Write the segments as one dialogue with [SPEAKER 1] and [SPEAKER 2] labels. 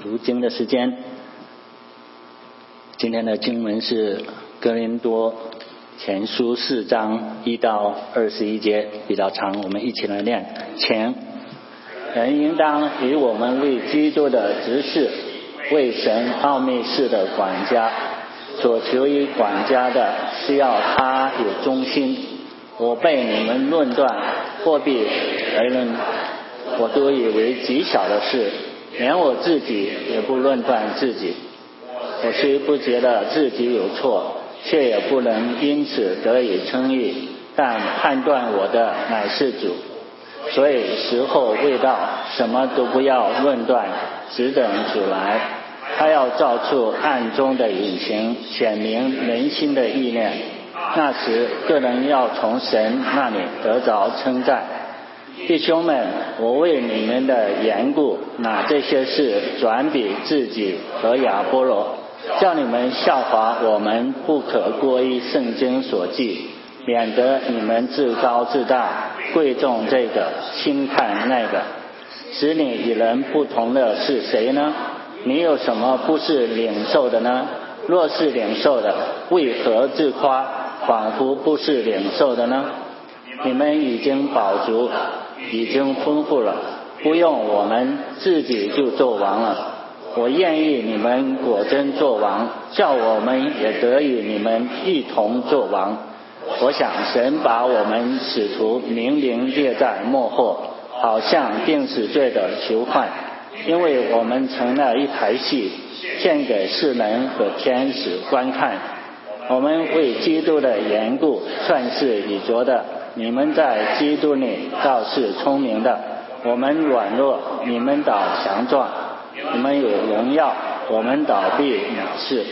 [SPEAKER 1] 读经的时间。今天的经文是《哥林多前书》四章一到二十一节，比较长，我们一起来念。前人应当以我们为基督的执事，为神奥秘事的管家。所求于管家的，是要他有忠心。我被你们论断，货币为论，我都以为极小的事，连我自己也不论断自己。我虽不觉得自己有错，却也不能因此得以称义。但判断我的乃是主，所以时候未到，什么都不要论断，只等主来。他要照出暗中的隐情，显明人心的意念。那时，个人要从神那里得着称赞。弟兄们，我为你们的缘故，拿这些事转比自己和亚波罗，叫你们效法我们，不可过于圣经所记，免得你们自高自大，贵重这个，轻看那个，使你与人不同的是谁呢？你有什么不是领受的呢？若是领受的，为何自夸，仿佛不是领受的呢？你们已经饱足，已经丰富了，不用我们自己就做王了。我愿意你们果真做王，叫我们也得与你们一同做王。我想神把我们使徒明明列在幕后，好像定死罪的囚犯，因为我们成了一台戏，献给世人和天使观看。我们为基督的缘故算是已着的。你们在基督里倒是聪明的，我们软弱，你们倒强壮；你们有荣耀，我们倒闭藐视。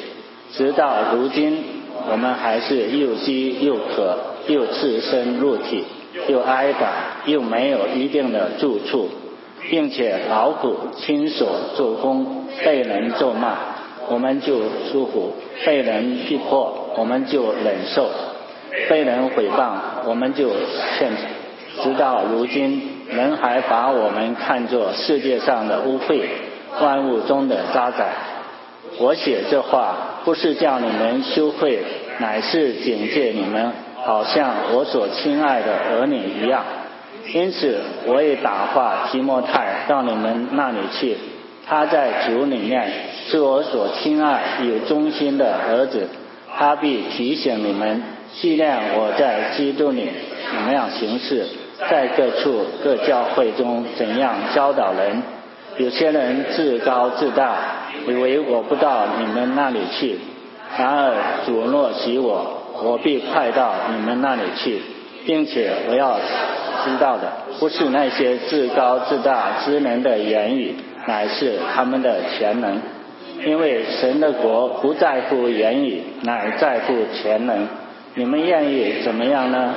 [SPEAKER 1] 直到如今，我们还是又饥又渴，又赤身露体，又挨打，又没有一定的住处，并且劳苦亲手做工，被人咒骂，我们就疏忽；被人逼迫，我们就忍受。被人诽谤，我们就现；直到如今，人还把我们看作世界上的污秽，万物中的渣滓。我写这话不是叫你们羞愧，乃是警戒你们，好像我所亲爱的儿女一样。因此，我也打发提摩太到你们那里去。他在主里面是我所亲爱有忠心的儿子，他必提醒你们。纪念我在基督里怎样行事，在各处各教会中怎样教导人。有些人自高自大，以为我不到你们那里去；然而主若许我，我必快到你们那里去，并且我要知道的，不是那些自高自大之人的言语，乃是他们的全能。因为神的国不在乎言语，乃在乎全能。你们愿意怎么样呢？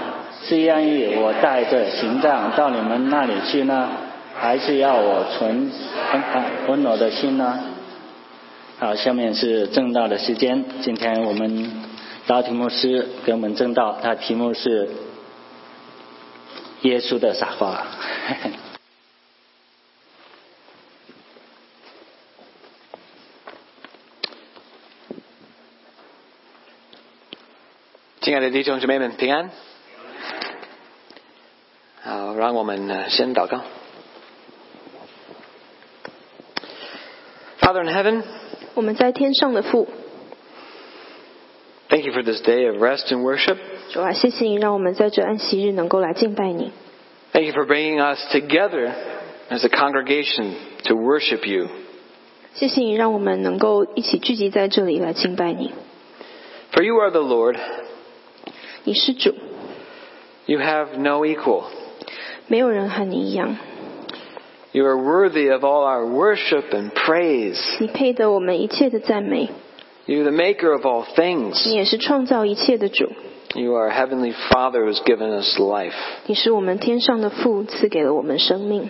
[SPEAKER 1] 是愿意我带着行杖到你们那里去呢，还是要我存呃温柔的心呢？好，下面是正道的时间。今天我们拉提牧师给我们正道，他题目是耶稣的傻瓜。
[SPEAKER 2] 亲爱的弟兄姊妹们，平安！好，让我们先祷告。Father in heaven,
[SPEAKER 3] 我们在天上的父，
[SPEAKER 2] thank you for this day of rest and worship.
[SPEAKER 3] 主啊，谢谢你让我们在这安息日能够来敬拜你。
[SPEAKER 2] Thank you for bringing us together as a congregation to worship you.
[SPEAKER 3] 谢谢你让我们能够一起聚集在这里来敬拜你。
[SPEAKER 2] For you are the Lord,
[SPEAKER 3] 你是主，
[SPEAKER 2] you have no equal.
[SPEAKER 3] 没有人和你一样，
[SPEAKER 2] You are worthy of all our worship and praise.
[SPEAKER 3] 你配得我们一切的赞美，
[SPEAKER 2] You're the maker of all things.
[SPEAKER 3] 你也是创造一切的主，
[SPEAKER 2] You are Heavenly Father who has given us life.
[SPEAKER 3] 你是我们天上的父，赐给了我们生命。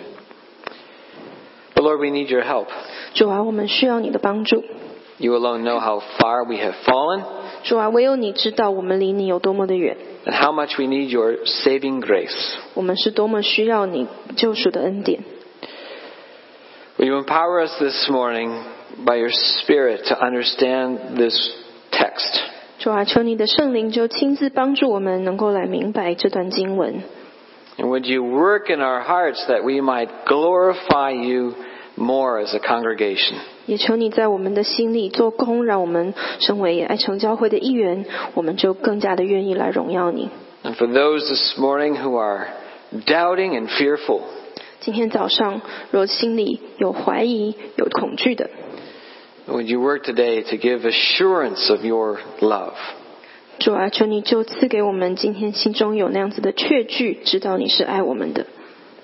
[SPEAKER 2] But Lord, we need your help.
[SPEAKER 3] 主啊，我们需要你的帮助。
[SPEAKER 2] You alone know how far we have fallen
[SPEAKER 3] 主啊，唯有你知道我们离你有多么的远，
[SPEAKER 2] and how much we need your saving grace.
[SPEAKER 3] 我们是多么需要你救赎的恩典。
[SPEAKER 2] You empower us this morning by your Spirit to understand this text.
[SPEAKER 3] 主啊，求你的圣灵就亲自帮助我们，能够来明白这段经文。
[SPEAKER 2] And would you work in our hearts that we might glorify you more as a congregation?
[SPEAKER 3] 也求你在我们的心里做工，让我们身为爱城教会的一员，我们就更加的愿意来荣耀你。
[SPEAKER 2] And for those this morning who are doubting and fearful,
[SPEAKER 3] 今天早上，若心里有怀疑、有恐惧的，
[SPEAKER 2] would you work today to give assurance of your love?
[SPEAKER 3] 主啊，求你就赐给我们今天心中有那样子的确据，知道你是爱我们的，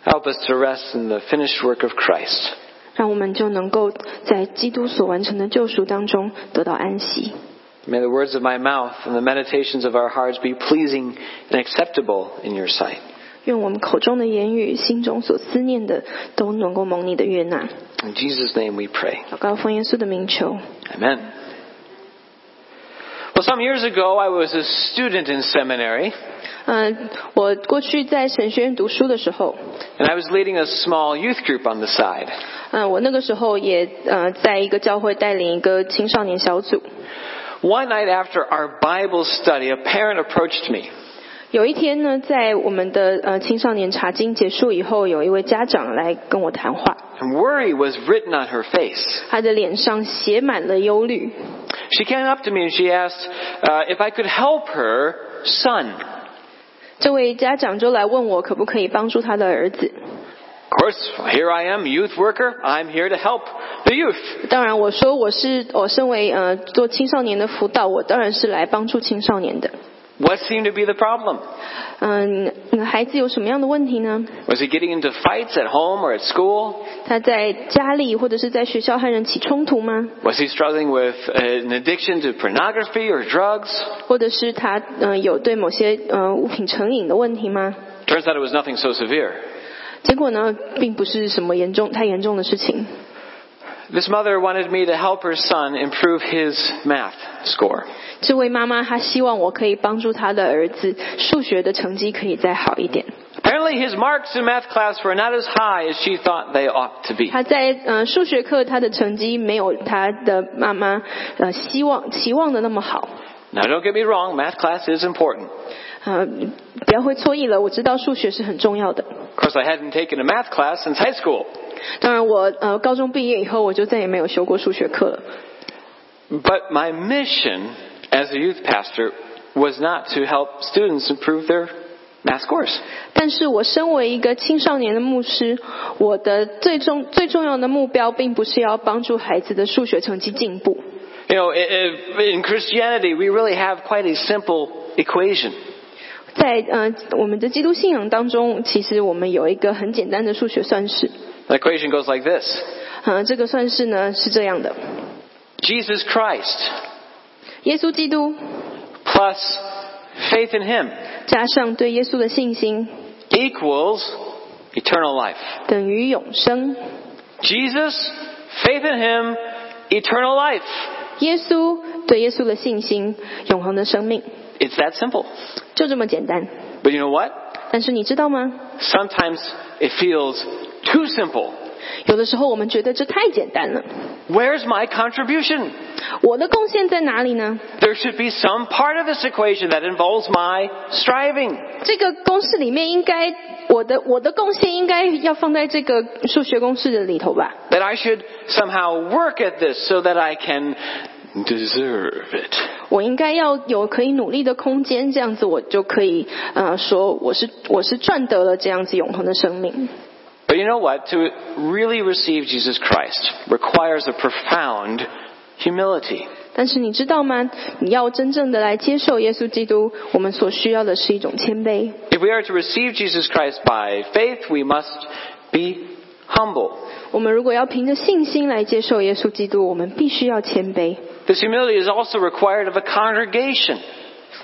[SPEAKER 2] Help us to rest in the finished work of Christ.
[SPEAKER 3] 让我们就能够在基督所完成的救赎当中得到安息。
[SPEAKER 2] May the words of my mouth and the meditations of our hearts be pleasing and acceptable in your sight.
[SPEAKER 3] 愿我们口中的言语、心中所思念的，都能够蒙你的悦纳。
[SPEAKER 2] In Jesus' name we pray.
[SPEAKER 3] 祷告奉耶稣的名求。
[SPEAKER 2] Amen. Well, some years ago, I was a student in seminary,
[SPEAKER 3] 嗯、我过去在神学院读书的时候，
[SPEAKER 2] and I was leading a small youth group on the side.
[SPEAKER 3] 嗯、我那个时候也呃，在一个教会带领一个青少年小组。
[SPEAKER 2] One night after our Bible study, a parent approached me.
[SPEAKER 3] 有一天呢，在我们的呃青少年查经结束以后，有一位家长来跟我谈话，
[SPEAKER 2] and Worry was written on her face.
[SPEAKER 3] 他的脸上写满了忧虑。
[SPEAKER 2] She came up to me and she asked uh, if I could help her son. Of
[SPEAKER 3] 这位家长就来问我可不可以帮助他的儿子。
[SPEAKER 2] course, here I am, youth worker. I'm here to help the youth.
[SPEAKER 3] 当然，我说我是我身为呃做青少年的辅导，我当然是来帮助青少年的。
[SPEAKER 2] What seemed to be the problem?
[SPEAKER 3] 嗯，你的孩子有什么样的问题呢？
[SPEAKER 2] Was he getting into fights at home or at school?
[SPEAKER 3] 他在家里或者是在学校和人起冲突吗？
[SPEAKER 2] Was he struggling with an addiction to pornography or drugs?
[SPEAKER 3] 或者是他嗯、呃有对某些呃物品成瘾的问题吗？
[SPEAKER 2] Turns out it was nothing so severe.
[SPEAKER 3] 结果呢，并不是什么严重太严重的事情。
[SPEAKER 2] This mother wanted me to help her son improve his math score.
[SPEAKER 3] 这位妈妈她希望我可以帮助她的儿子数学的成绩可以再好一点。
[SPEAKER 2] Apparently his marks in math class were not as high as she thought they ought to be.
[SPEAKER 3] 他在呃数学课他的成绩没有他的妈妈呃希望期望的那么好。
[SPEAKER 2] Now don't get me wrong, math class is important.
[SPEAKER 3] 呃，不要会错意了，我知道数学是很重要的。
[SPEAKER 2] Of course, I hadn't taken a math class since high school.
[SPEAKER 3] 当然我，呃高中毕业以后，我就再也没有修过数学课了。
[SPEAKER 2] But my mission as a youth pastor was not to help students improve their math scores.
[SPEAKER 3] 但是我身为一个青少年的牧师，我的最重最重要的目标，并不是要帮助孩子的数学成绩进步。
[SPEAKER 2] You know, i- i- in Christianity, we really have quite a simple equation.
[SPEAKER 3] 在呃我们的基督信仰当中，其实我们有一个很简单的数学算式，
[SPEAKER 2] The equation goes like this
[SPEAKER 3] 呃，这个算式呢是这样的：
[SPEAKER 2] Jesus Christ
[SPEAKER 3] 耶稣基督
[SPEAKER 2] plus faith in Him
[SPEAKER 3] 加上对耶稣的信心
[SPEAKER 2] equals eternal life.
[SPEAKER 3] 等于永生。
[SPEAKER 2] Jesus, faith in Him, eternal life.
[SPEAKER 3] 耶稣对耶稣的信心，永恒的生命，
[SPEAKER 2] It's that simple.
[SPEAKER 3] 就这么简单。
[SPEAKER 2] But you know what?
[SPEAKER 3] 但是你知道吗？
[SPEAKER 2] Sometimes it feels too simple.
[SPEAKER 3] 有的时候我们觉得这太简单了。
[SPEAKER 2] Where's my contribution?
[SPEAKER 3] 我的贡献在哪里呢？
[SPEAKER 2] There should be some part of this equation that involves my striving.
[SPEAKER 3] 这个公式里面应该我的我的贡献应该要放在这个数学公式的里头吧？
[SPEAKER 2] That I should somehow work at this so that I can deserve it.
[SPEAKER 3] 我应该要有可以努力的空间，这样子我就可以呃说我是我是赚得了这样子永恒的生命。
[SPEAKER 2] But you know what? To really receive Jesus Christ requires a profound humility.
[SPEAKER 3] 但是你知道吗？你要真正的来接受耶稣基督，我们所需要的是一种谦卑。
[SPEAKER 2] If we are to receive Jesus Christ by faith, we must be humble.
[SPEAKER 3] 我们如果要凭着信心来接受耶稣基督，我们必须要谦卑。
[SPEAKER 2] This humility is also required of a congregation.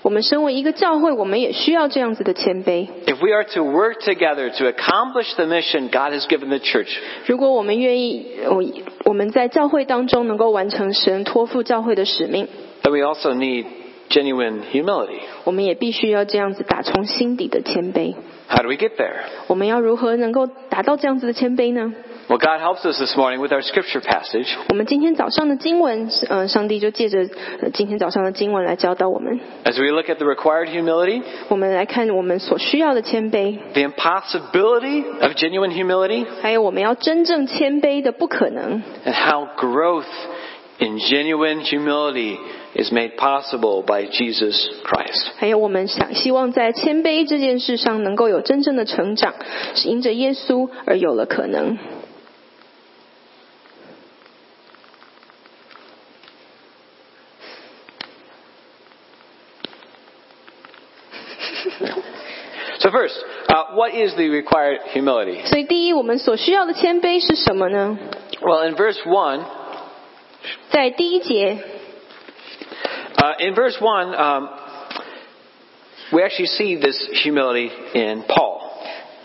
[SPEAKER 3] 我们身为一个教会，我们也需要这样子的谦卑。
[SPEAKER 2] If we are to work together to accomplish the mission God has given the church,
[SPEAKER 3] 如果我们愿意，我我们在教会当中能够完成神托付教会的使命，
[SPEAKER 2] then we also need genuine humility.
[SPEAKER 3] 我们也必须要这样子打从心底的谦卑。
[SPEAKER 2] How do we get there?
[SPEAKER 3] 我们要如何能够达到这样子的谦卑呢？
[SPEAKER 2] Well, God helps us this morning with our scripture passage.
[SPEAKER 3] 我们今天早上的经文，呃，上帝就借着呃今天早上的经文来教导我们。
[SPEAKER 2] As we look at the required humility,
[SPEAKER 3] 我们来看我们所需要的谦卑，
[SPEAKER 2] the impossibility of genuine humility,
[SPEAKER 3] 还有我们要真正谦卑的不可能，
[SPEAKER 2] and how growth in genuine humility is made possible by Jesus Christ.
[SPEAKER 3] 还有我们想希望在谦卑这件事上能够有真正的成长，是因着耶稣而有了可能。
[SPEAKER 2] So, first, uh, what is the required humility?
[SPEAKER 3] 所以，第一，我们所需要的谦卑是什么呢？
[SPEAKER 2] Well, in verse 1,
[SPEAKER 3] 在第一节，
[SPEAKER 2] Uh, in verse 1, um, we actually see this humility in Paul.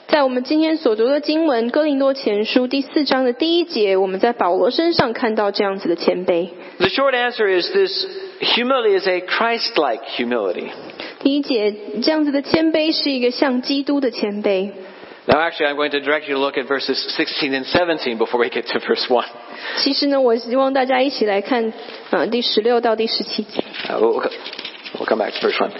[SPEAKER 3] 在我们今天所读的经文《哥林多前书》第四章的第一节，我们在保罗身上看到这样子的谦卑。
[SPEAKER 2] The short answer is this humility is a Christ like humility.
[SPEAKER 3] 第一节，这样子的谦卑是一个像基督的谦卑。
[SPEAKER 2] Now, actually, I'm going to direct you to look at verses 16 and 17 before we get to verse 1.
[SPEAKER 3] 其实呢，我希望大家一起来看，呃，第十六到第十七节。
[SPEAKER 2] Uh, we'll, we'll co- we'll come back to verse 1.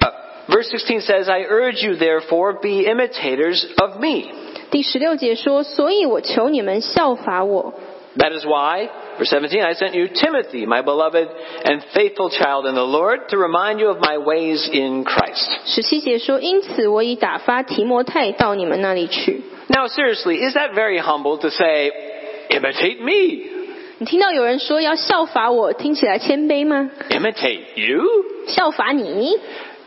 [SPEAKER 2] Uh, verse 16 says, I urge you, therefore, be imitators of me.
[SPEAKER 3] 第十六节说：“所以我求你们效法我。
[SPEAKER 2] That is why, verse 17, I sent you Timothy, my beloved and faithful child in the Lord, to remind you of my ways in Christ. ”
[SPEAKER 3] 十七节说：“因此我已打发提摩太到你们那里去。
[SPEAKER 2] Now, seriously, is that very humble to say, imitate me? ”
[SPEAKER 3] 你听到有人说要效法我，听起来谦卑吗？
[SPEAKER 2] Imitate you?
[SPEAKER 3] 效法你？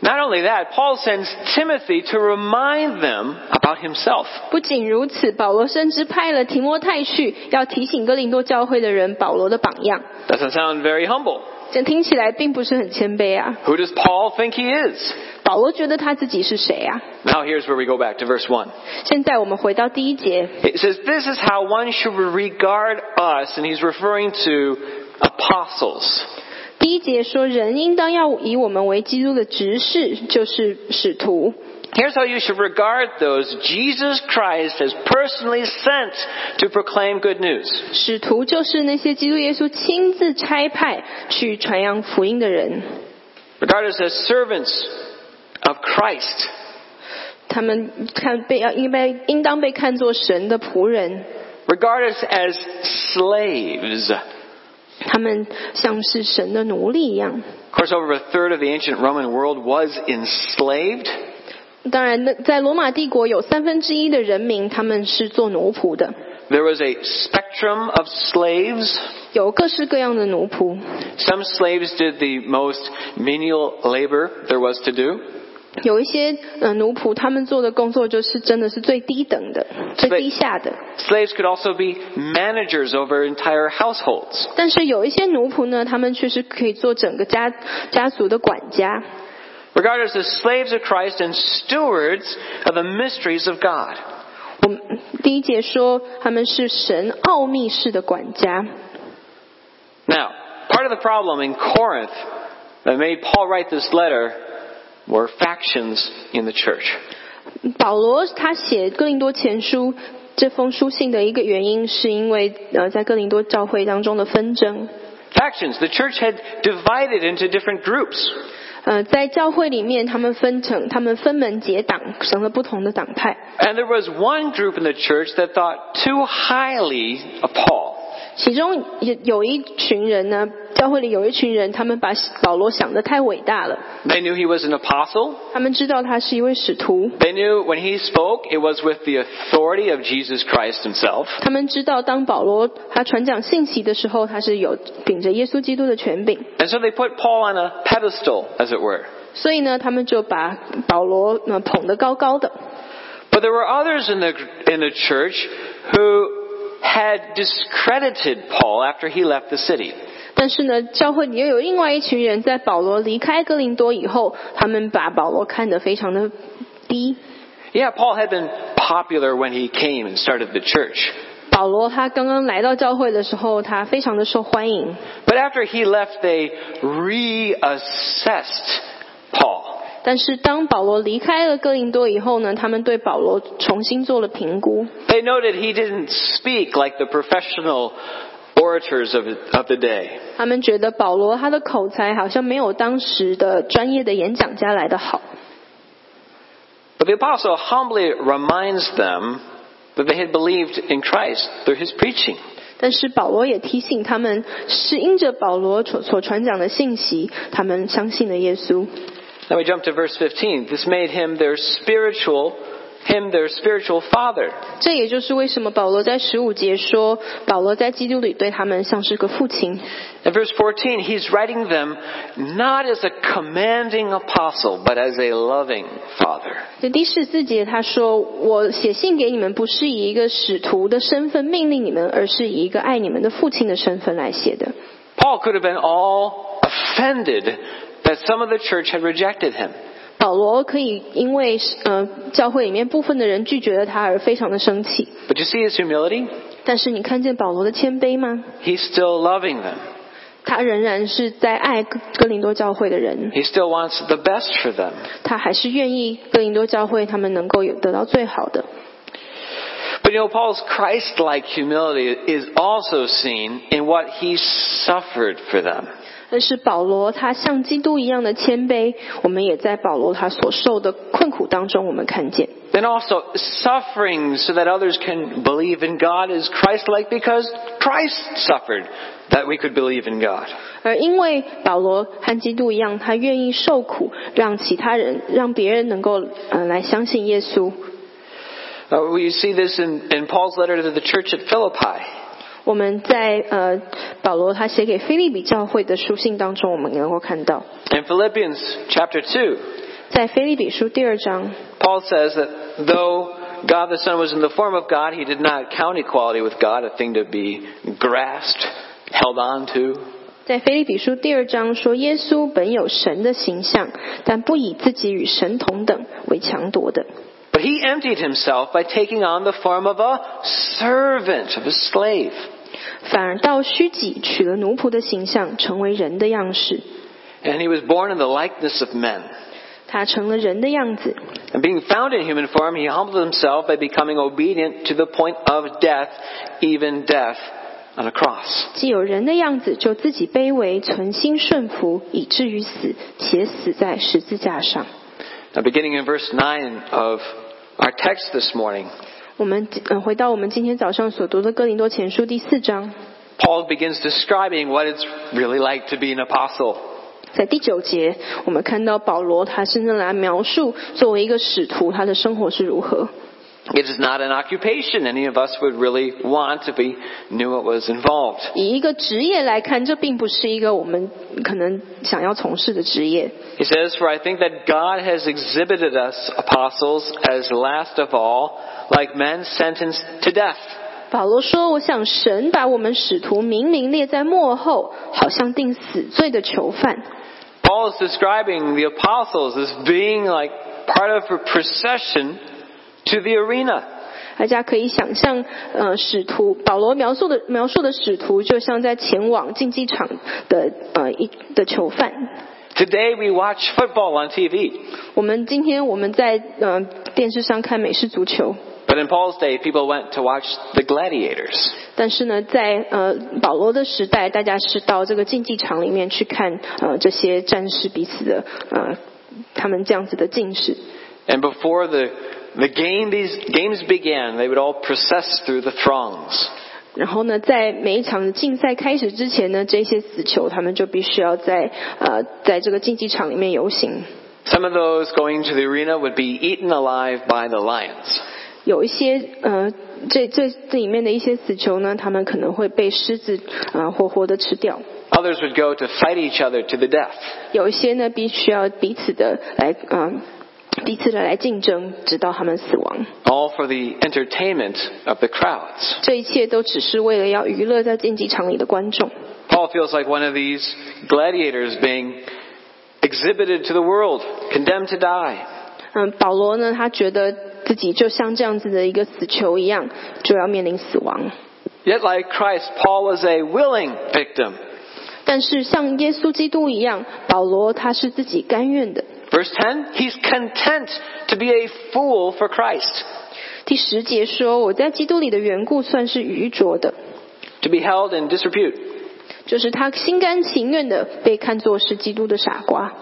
[SPEAKER 2] Not only that, Paul sends Timothy to remind them about himself.
[SPEAKER 3] 不仅如此，保罗甚至派了提摩太去，要提醒哥林多教会的人保罗的榜样。
[SPEAKER 2] Doesn't sound very humble.
[SPEAKER 3] 这听起来并不是很谦卑啊。
[SPEAKER 2] Who does Paul think he is?
[SPEAKER 3] 保罗觉得他自己是谁啊？
[SPEAKER 2] Now, here's where we go back to verse 1.
[SPEAKER 3] 现在我们回到第一节，
[SPEAKER 2] It says, This is how one should regard us, and he's referring to apostles.
[SPEAKER 3] 第一节说人应当要以我们为基督的执事，就是使徒。
[SPEAKER 2] Here's how you should regard those Jesus Christ has personally sent to proclaim good news.
[SPEAKER 3] 使徒就是那些基督耶稣亲自差派去传扬福音的人，
[SPEAKER 2] regarded as servants of Christ.
[SPEAKER 3] 他们看被要应该应当被看作神的仆人，
[SPEAKER 2] regarded as slaves. Of
[SPEAKER 3] 他们像是神的奴隶一样。
[SPEAKER 2] course, over a third of the ancient Roman world was enslaved.
[SPEAKER 3] 当然，那在罗马帝国有三分之一的人民他们是做奴仆的，
[SPEAKER 2] There was a spectrum of slaves.
[SPEAKER 3] 有各式各样的奴仆。
[SPEAKER 2] Some slaves did the most menial labor there was to do.
[SPEAKER 3] 有一些呃奴仆，他们做的工作就是真的是最低等的、最低下的。
[SPEAKER 2] Slaves could also be managers over entire households.
[SPEAKER 3] 但是有一些奴仆呢，他们却是可以做整个家家族的管家，
[SPEAKER 2] Regarded as slaves of Christ and stewards of the mysteries of God.
[SPEAKER 3] 我们第一节说他们是神奥秘式的管家。
[SPEAKER 2] Now, part of the problem in Corinth that made Paul write this letter were factions in the church.
[SPEAKER 3] 保罗他写哥林多前书这封书信的一个原因，是因为呃在哥林多教会当中的纷争。
[SPEAKER 2] Factions. The church had divided into different groups.
[SPEAKER 3] 呃，在教会里面，他们分成，他们分门结党，成了不同的党派。
[SPEAKER 2] And there was one group in the church that thought too highly of Paul.
[SPEAKER 3] 其中有有一群人呢，教会里有一群人，他们把保罗想得太伟大了。
[SPEAKER 2] They knew he was an apostle.
[SPEAKER 3] 他们知道他是一位使徒，
[SPEAKER 2] They knew when he spoke, it was with the authority of Jesus Christ himself.
[SPEAKER 3] 他们知道当保罗他传讲信息的时候，他是有秉着耶稣基督的权柄，
[SPEAKER 2] And so they put Paul on a pedestal, as it were.
[SPEAKER 3] 所以呢，他们就把保罗呃捧得高高的。
[SPEAKER 2] But there were others in the, in the church who had discredited Paul after he left the city.
[SPEAKER 3] 但是呢，教会里又有另外一群人，在保罗离开哥林多以后，他们把保罗看得非常的低。
[SPEAKER 2] Yeah, Paul had been popular when he came and started the church.
[SPEAKER 3] 保罗他刚刚来到教会的时候，他非常的受欢迎。
[SPEAKER 2] But after he left, they reassessed Paul.
[SPEAKER 3] 但是当保罗离开了哥林多以后呢，他们对保罗重新做了评估。
[SPEAKER 2] They noted he didn't speak like the professional orators of, of the day.
[SPEAKER 3] 他们觉得保罗他的口才好像没有当时的专业的演讲家来的好。
[SPEAKER 2] But the apostle humbly reminds them that they had believed in Christ through his preaching.
[SPEAKER 3] 但是保罗也提醒他们，是因着保罗所所传讲的信息，他们相信了耶稣。
[SPEAKER 2] Then we jump to verse 15. This made him their spiritual, him their spiritual father.
[SPEAKER 3] 这也就是为什么保罗在十五节说，保罗在基督里对他们像是个父亲。
[SPEAKER 2] In verse 14, he's writing them not as a commanding apostle, but as a loving father.
[SPEAKER 3] 在第十四节他说：“我写信给你们，不是以一个使徒的身份命令你们，而是以一个爱你们的父亲的身份来写的。”
[SPEAKER 2] Paul could have been all offended that some of the church had rejected him.
[SPEAKER 3] 保罗可以因为呃教会里面部分的人拒绝了他而非常的生气，
[SPEAKER 2] But you see his humility?
[SPEAKER 3] 但是你看见保罗的谦卑吗？
[SPEAKER 2] He's still loving them.
[SPEAKER 3] 他仍然是在爱哥哥林多教会的人，
[SPEAKER 2] He still wants the best for them.
[SPEAKER 3] 他还是愿意哥林多教会他们能够有得到最好的。
[SPEAKER 2] But you know, Paul's Christ like humility is also seen in what he suffered for them.
[SPEAKER 3] 但是保罗他像基督一样的谦卑，我们也在保罗他所受的困苦当中，我们看见。
[SPEAKER 2] Then also, suffering so that others can believe in God is Christ like because Christ suffered that we could believe in God.
[SPEAKER 3] 而因为保罗和基督一样，他愿意受苦，让其他人、让别人能够呃、来相信耶稣。
[SPEAKER 2] Uh, we see this in, in Paul's letter to the church at Philippi.
[SPEAKER 3] 我们在呃保罗他写给菲利比教会的书信当中，我们能够看到，
[SPEAKER 2] In Philippians chapter 2,
[SPEAKER 3] 在菲利比书第二章，
[SPEAKER 2] Paul says that though God the Son was in the form of God, he did not count equality with God a thing to be grasped, held on to.
[SPEAKER 3] 在菲利比书第二章说，耶稣本有神的形象，但不以自己与神同等为强夺的。
[SPEAKER 2] But he emptied himself by taking on the form of a servant, of a slave.
[SPEAKER 3] 反而到虚己，取了奴仆的形象，成为人的样式。
[SPEAKER 2] And he was born in the likeness of men.
[SPEAKER 3] 他成了人的样子，
[SPEAKER 2] And being found in human form, he humbled himself by becoming obedient to the point of death, even death on a cross.
[SPEAKER 3] 既有人的样子，就自己卑微，存心顺服，以至于死，且死在十字架上。
[SPEAKER 2] Now, beginning in verse 9 of our text this morning,
[SPEAKER 3] 我们呃回到我们今天早上所读的《哥林多前书》第四章，
[SPEAKER 2] Paul begins describing what it's really like to be an apostle.
[SPEAKER 3] 在第九节，我们看到保罗他甚至来描述作为一个使徒他的生活是如何。
[SPEAKER 2] It is not an occupation any of us would really want if we knew what was involved.
[SPEAKER 3] 以一个职业来看，这并不是一个我们可能想要从事的职业。
[SPEAKER 2] He says, For I think that God has exhibited us, apostles, as last of all, like men sentenced to death.
[SPEAKER 3] 保罗说：“我想神把我们使徒明明列在幕后，好像定死罪的囚犯。”
[SPEAKER 2] Paul is describing the apostles as being like part of a procession to the arena.
[SPEAKER 3] 大家可以想象，呃，使徒保罗描述的描述的使徒，就像在前往竞技场的呃一的囚犯。
[SPEAKER 2] Today we watch football on TV,
[SPEAKER 3] 我们今天我们在呃电视上看美式足球，
[SPEAKER 2] but in Paul's day people went to watch the gladiators.
[SPEAKER 3] 但是呢，在呃保罗的时代，大家是到这个竞技场里面去看呃这些战士彼此的呃他们这样子的竞事。
[SPEAKER 2] And before the, the game, these games began, they would all process through the throngs.
[SPEAKER 3] 然后呢，在每一场竞赛开始之前呢，这些死囚他们就必须要在呃在这个竞技场里面游行。
[SPEAKER 2] Some of those going to the arena would be eaten alive by the lions.
[SPEAKER 3] 有一些呃，这这这里面的一些死囚呢，他们可能会被狮子啊、呃、活活的吃掉；
[SPEAKER 2] Others would go to fight each other to the death.
[SPEAKER 3] 有一些呢，必须要彼此的来啊、呃，彼此的来竞争，直到他们死亡。
[SPEAKER 2] All for the entertainment of the crowds.
[SPEAKER 3] 这一切都只是为了要娱乐在竞技场里的观众。
[SPEAKER 2] Paul feels like one of these gladiators being exhibited to the world, condemned to die.
[SPEAKER 3] 嗯，保罗呢，他觉得自自己就像这样子的一个死囚一样，就要面临死亡。
[SPEAKER 2] Yet, like Christ, Paul was a willing victim.
[SPEAKER 3] 但是像耶稣基督一样，保罗他是自己甘愿的。
[SPEAKER 2] Verse 10, he's content to be a fool for Christ,
[SPEAKER 3] 第十节说：“我在基督里的缘故，算是愚拙的，
[SPEAKER 2] to be held in disrepute.
[SPEAKER 3] 就是他心甘情愿的被看作是基督的傻瓜。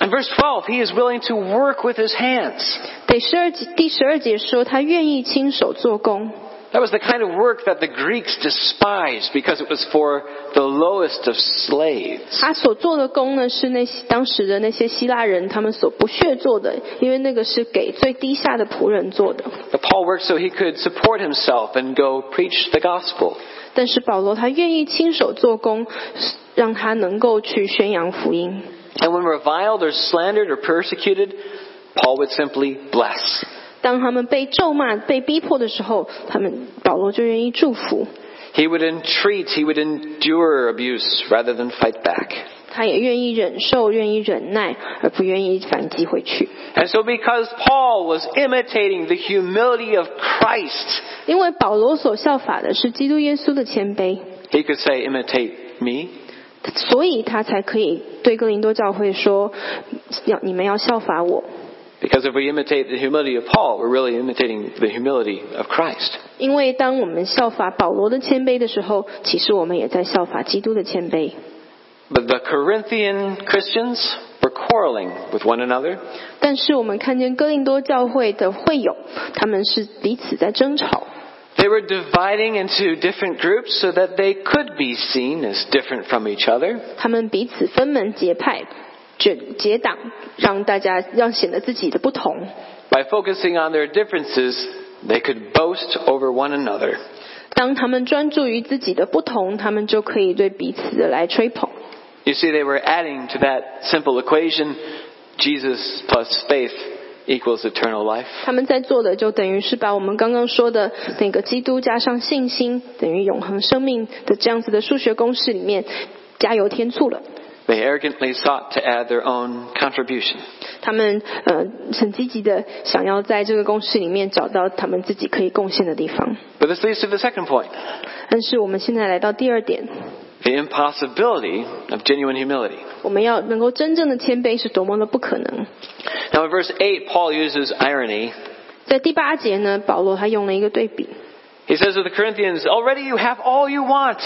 [SPEAKER 2] In verse 12, he is willing to work with his hands. ”
[SPEAKER 3] 第十二节，第十二节说他愿意亲手做工，
[SPEAKER 2] That was the kind of work that the Greeks despised because it was for the lowest of slaves.
[SPEAKER 3] 他所做的工呢是那些当时的那些希腊人他们所不屑做的，因为那个是给最低下的仆人做的。
[SPEAKER 2] But Paul worked so he could support himself and go preach the gospel.
[SPEAKER 3] 但是保罗他愿意亲手做工，让他能够去宣扬福音。
[SPEAKER 2] And when reviled or slandered or persecuted, Paul would simply bless.
[SPEAKER 3] 当他们被咒骂、被逼迫的时候，他们保罗就愿意祝福，
[SPEAKER 2] He would entreat, he would endure abuse rather than fight back.
[SPEAKER 3] 他也愿意忍受、愿意忍耐，而不愿意反击回去。
[SPEAKER 2] And so because Paul was imitating the humility of Christ,
[SPEAKER 3] 因为保罗所效法的是基督耶稣的谦卑，
[SPEAKER 2] he could say, imitate me.
[SPEAKER 3] 所以他才可以对哥林多教会说：“要你们要效法我。
[SPEAKER 2] Because if we imitate the humility of Paul, we're really imitating the humility of Christ. ”
[SPEAKER 3] 因为当我们效法保罗的谦卑的时候，其实我们也在效法基督的谦卑。
[SPEAKER 2] But the Corinthian Christians were quarreling with one another.
[SPEAKER 3] 但是我们看见哥林多教会的会友，他们是彼此在争吵，
[SPEAKER 2] They were dividing into different groups so that they could be seen as different from each other.
[SPEAKER 3] 他们彼此分门结派、卷结党，让大家让显得自己的不同。
[SPEAKER 2] By focusing on their differences, they could boast over one another.
[SPEAKER 3] 当他们专注于自己的不同，他们就可以对彼此的来吹捧。
[SPEAKER 2] You see, they were adding to that simple equation Jesus plus faith equals eternal life.
[SPEAKER 3] 他们在做的就等于是把我们刚刚说的那个基督加上信心等于永恒生命的这样子的数学公式里面加油添醋了。
[SPEAKER 2] They arrogantly sought to add their own contribution.
[SPEAKER 3] 他们呃很积极的想要在这个公式里面找到他们自己可以贡献的地方。
[SPEAKER 2] But this leads to the second point
[SPEAKER 3] 但是我们现在来到第二点，
[SPEAKER 2] the impossibility of genuine humility.
[SPEAKER 3] 我们要能够真正的谦卑是多么的不可能。
[SPEAKER 2] Now, in verse 8, Paul uses irony.
[SPEAKER 3] 在第八节呢，保罗他用了一个对比，
[SPEAKER 2] He says to the Corinthians, Already you have all you want.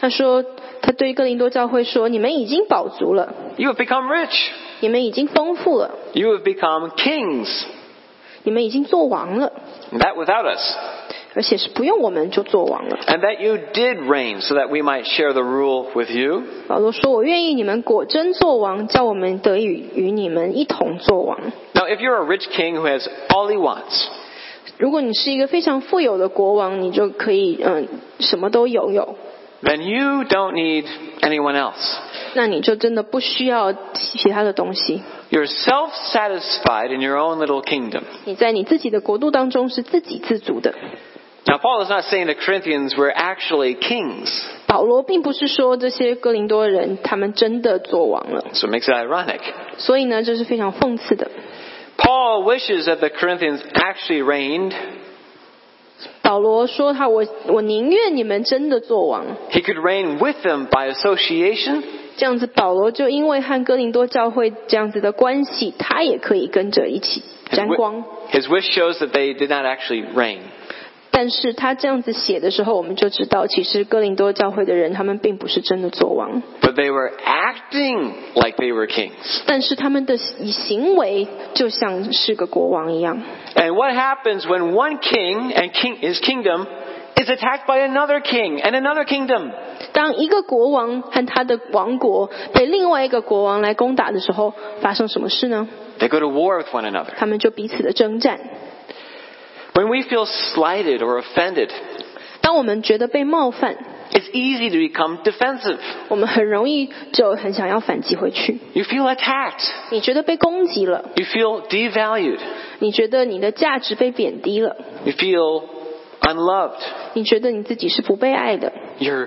[SPEAKER 3] 他说他对哥林多教会说：“你们已经饱足了，
[SPEAKER 2] You have become rich.
[SPEAKER 3] 你们已经丰富了，
[SPEAKER 2] You have become kings.
[SPEAKER 3] 你们已经做王了，
[SPEAKER 2] And that without us.
[SPEAKER 3] 而且是不用我们就做王了。
[SPEAKER 2] And that you did reign so that we might share the rule with you. ”
[SPEAKER 3] 保罗说：“我愿意你们果真做王，叫我们得以与你们一同做王。
[SPEAKER 2] Now, if you're a rich king who has all he wants,
[SPEAKER 3] 如果你是一个非常富有的国王，你就可以嗯什么都拥有，
[SPEAKER 2] then you don't need anyone else.
[SPEAKER 3] 那你就真的不需要其他的东西。
[SPEAKER 2] You're self satisfied in your own little kingdom.
[SPEAKER 3] 你在你自己的国度当中是自给自足的。
[SPEAKER 2] Now, Paul is not saying the Corinthians were actually kings,
[SPEAKER 3] 保罗并不是说这些哥林多人他们真的做王了，
[SPEAKER 2] so it makes it ironic.
[SPEAKER 3] 所以呢，这是非常讽刺的。
[SPEAKER 2] Paul wishes that the Corinthians actually reigned.
[SPEAKER 3] 保罗说他我我宁愿你们真的做王，
[SPEAKER 2] He could reign with them by association,
[SPEAKER 3] 这样子保罗就因为和哥林多教会这样子的关系，他也可以跟着一起
[SPEAKER 2] His
[SPEAKER 3] 沾
[SPEAKER 2] wi-
[SPEAKER 3] 光。
[SPEAKER 2] His wish shows that they did not actually reign.
[SPEAKER 3] 但是他这样子写的时候，我们就知道，其实哥林多教会的人他们并不是真的做王，
[SPEAKER 2] But they were acting like they were kings.
[SPEAKER 3] 但是他们的以行为就像是个国王一样。
[SPEAKER 2] And what happens when one king and king, his kingdom is attacked by another king and another kingdom?
[SPEAKER 3] 当一个国王和他的王国被另外一个国王来攻打的时候，发生什么事呢？
[SPEAKER 2] They go to war with one another.
[SPEAKER 3] 他们就彼此的征战。
[SPEAKER 2] When we feel slighted or offended,
[SPEAKER 3] 当我们觉得被冒犯，
[SPEAKER 2] it's easy to become defensive.
[SPEAKER 3] 我们很容易就很想要反击回去。
[SPEAKER 2] You feel attacked.
[SPEAKER 3] 你觉得被攻击了，
[SPEAKER 2] You feel devalued.
[SPEAKER 3] 你觉得你的价值被贬低了，
[SPEAKER 2] You feel unloved.
[SPEAKER 3] 你觉得你自己是不被爱的，
[SPEAKER 2] You're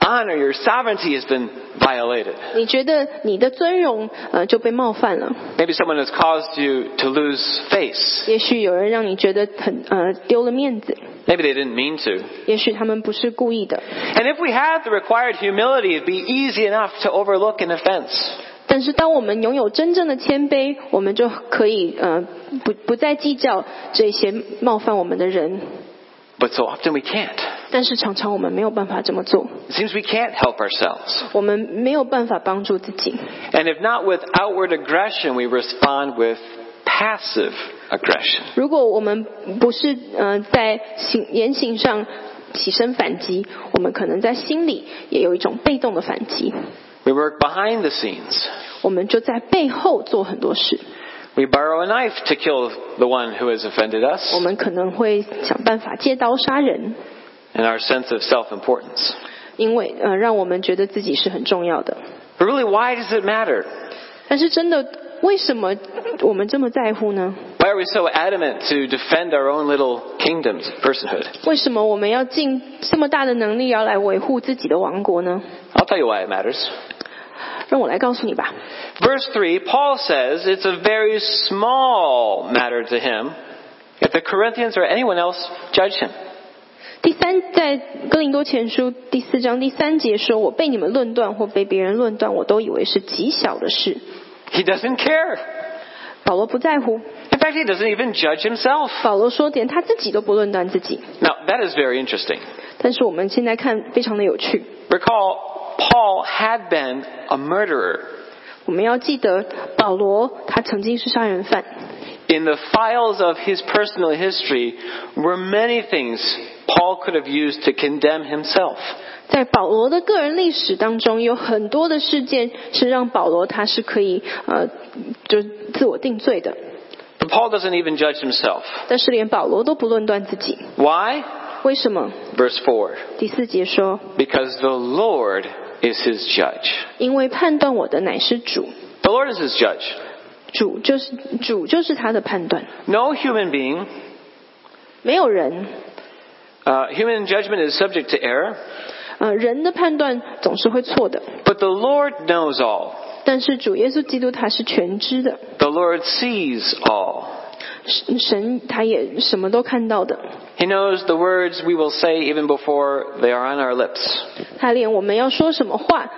[SPEAKER 2] honor, your sovereignty has been violated.
[SPEAKER 3] 你觉得你的尊荣呃就被冒犯了。
[SPEAKER 2] Maybe someone has caused you to lose face.
[SPEAKER 3] 也许有人让你觉得很呃丢了面子，
[SPEAKER 2] Maybe they didn't mean to.
[SPEAKER 3] 也许他们不是故意的。
[SPEAKER 2] And if we had the required humility, it'd be easy enough to overlook an offense.
[SPEAKER 3] 但是当我们拥有真正的谦卑，我们就可以呃不不再计较这些冒犯我们的人。
[SPEAKER 2] But so often we can't.
[SPEAKER 3] 但是常常我们没有办法这么做，
[SPEAKER 2] It seems we can't help ourselves.
[SPEAKER 3] 我们没有办法帮助自己。
[SPEAKER 2] And if not with outward aggression, we respond with passive aggression.
[SPEAKER 3] 如果我们不是呃在行言行上起身反击，我们可能在心里也有一种被动的反击，
[SPEAKER 2] We work behind the scenes.
[SPEAKER 3] 我们就在背后做很多事。
[SPEAKER 2] We borrow a knife to kill the one who has offended
[SPEAKER 3] 我
[SPEAKER 2] us
[SPEAKER 3] 们可能会想办法借刀杀人，
[SPEAKER 2] and our sense of self-importance.
[SPEAKER 3] 因为呃让我们觉得自己是很重要的。
[SPEAKER 2] But really, why does it matter?
[SPEAKER 3] 但是真的，为什么我们这么在乎呢？
[SPEAKER 2] Why are we so adamant to defend our own little kingdoms of personhood?
[SPEAKER 3] 为什么我们要尽这么大的能力要来维护自己的王国呢？
[SPEAKER 2] I'll tell you why it matters.
[SPEAKER 3] 让我来告诉你吧。
[SPEAKER 2] Verse 3, Paul says it's a very small matter to him if the Corinthians or anyone else judge him.
[SPEAKER 3] 第三，在哥林多前书第四章第三节说：“我被你们论断或被别人论断，我都以为是极小的事。
[SPEAKER 2] He doesn't care. ”
[SPEAKER 3] 保罗不在乎，
[SPEAKER 2] In fact, he doesn't even judge himself.
[SPEAKER 3] 保罗说连他自己都不论断自己。
[SPEAKER 2] Now, that is very interesting.
[SPEAKER 3] 但是我们现在看非常的有趣，
[SPEAKER 2] Recall, Paul had been a murderer.
[SPEAKER 3] 我们要记得保罗他曾经是杀人犯，
[SPEAKER 2] In the files of his personal history were many things Paul could have used to condemn himself.
[SPEAKER 3] 在保罗的个人历史当中有很多的事件是让保罗他是可以呃就自我定罪的，
[SPEAKER 2] But Paul doesn't even judge himself.
[SPEAKER 3] 但是连保罗都不论断自己，
[SPEAKER 2] Why?
[SPEAKER 3] 为什么？
[SPEAKER 2] Verse 4.
[SPEAKER 3] 第四节说
[SPEAKER 2] Because the Lord is his judge.：“
[SPEAKER 3] 因为判断我的乃是主。”
[SPEAKER 2] The Lord is his judge.
[SPEAKER 3] 主就是主就是他的判断，
[SPEAKER 2] No human being,
[SPEAKER 3] 没有人，
[SPEAKER 2] uh, human judgment is subject to error,
[SPEAKER 3] 呃，人的判断总是会错的，
[SPEAKER 2] but the Lord knows all.
[SPEAKER 3] 但是主耶稣基督他是全知的，
[SPEAKER 2] The Lord sees all.
[SPEAKER 3] 神神他也什么都看到的，
[SPEAKER 2] He knows the words we will say even before they are on our lips.
[SPEAKER 3] 他连我们要说什么话，